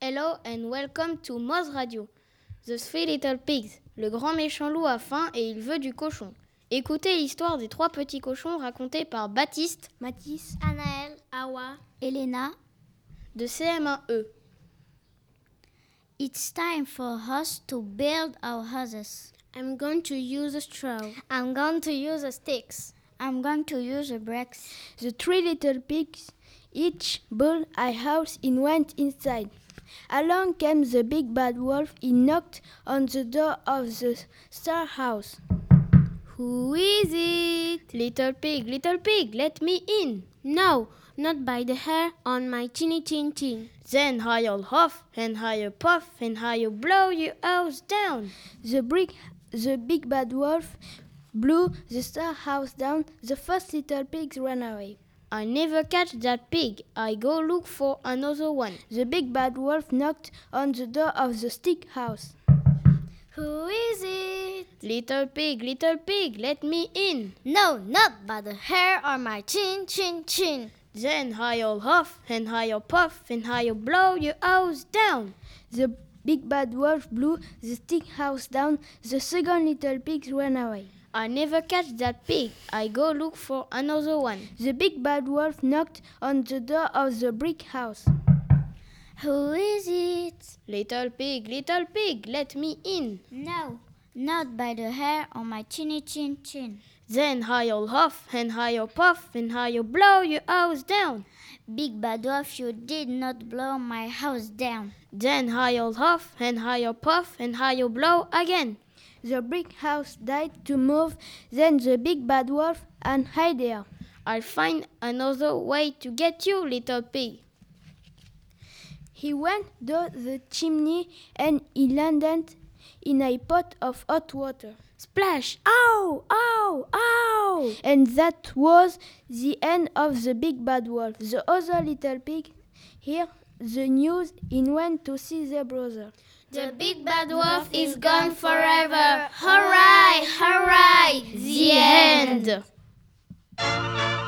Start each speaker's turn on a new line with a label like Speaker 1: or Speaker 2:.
Speaker 1: Hello and welcome to Moz Radio. The Three Little Pigs. Le grand méchant loup a faim et il veut du cochon. Écoutez l'histoire des trois petits cochons racontée par Baptiste
Speaker 2: Mathis,
Speaker 3: Anaël,
Speaker 2: Awa,
Speaker 3: Elena,
Speaker 1: de CM1E.
Speaker 3: it's time for us to build our houses.
Speaker 2: I'm going to use a straw.
Speaker 3: I'm going to use sticks. I'm going to use the bricks.
Speaker 4: The three little pigs each built a house and went inside. Along came the big bad wolf. He knocked on the door of the star house.
Speaker 1: Who is it? Little pig, little pig, let me in.
Speaker 2: No, not by the hair on my chinny chin chin.
Speaker 1: Then I'll huff and I'll puff and I'll blow your house down.
Speaker 4: The, brick, the big bad wolf blew the star house down. The first little pigs ran away.
Speaker 1: I never catch that pig. I go look for another one.
Speaker 4: The big bad wolf knocked on the door of the stick house.
Speaker 3: Who is it?
Speaker 1: Little pig, little pig, let me in.
Speaker 3: No, not by the hair on my chin, chin, chin.
Speaker 1: Then I'll huff and I'll puff and I'll blow your house down.
Speaker 4: The big bad wolf blew the stick house down. The second little pigs ran away.
Speaker 1: I never catch that pig. I go look for another one.
Speaker 4: The big bad wolf knocked on the door of the brick house.
Speaker 3: Who is it?
Speaker 1: Little pig, little pig, let me in.
Speaker 3: No, not by the hair on my chinny, chin, chin.
Speaker 1: Then I'll huff and I'll puff and I'll blow your house down.
Speaker 3: Big bad wolf, you did not blow my house down.
Speaker 1: Then I'll huff and I'll puff and I'll blow again.
Speaker 4: The brick house died to move. Then the big bad wolf and hi there.
Speaker 1: I'll find another way to get you, little pig.
Speaker 4: He went down the chimney and he landed in a pot of hot water.
Speaker 1: Splash! Ow! Ow! Ow!
Speaker 4: And that was the end of the big bad wolf. The other little pig heard the news and went to see their brother.
Speaker 3: The big bad wolf is gone forever. Hooray! Hooray!
Speaker 1: The end!
Speaker 3: Hooray!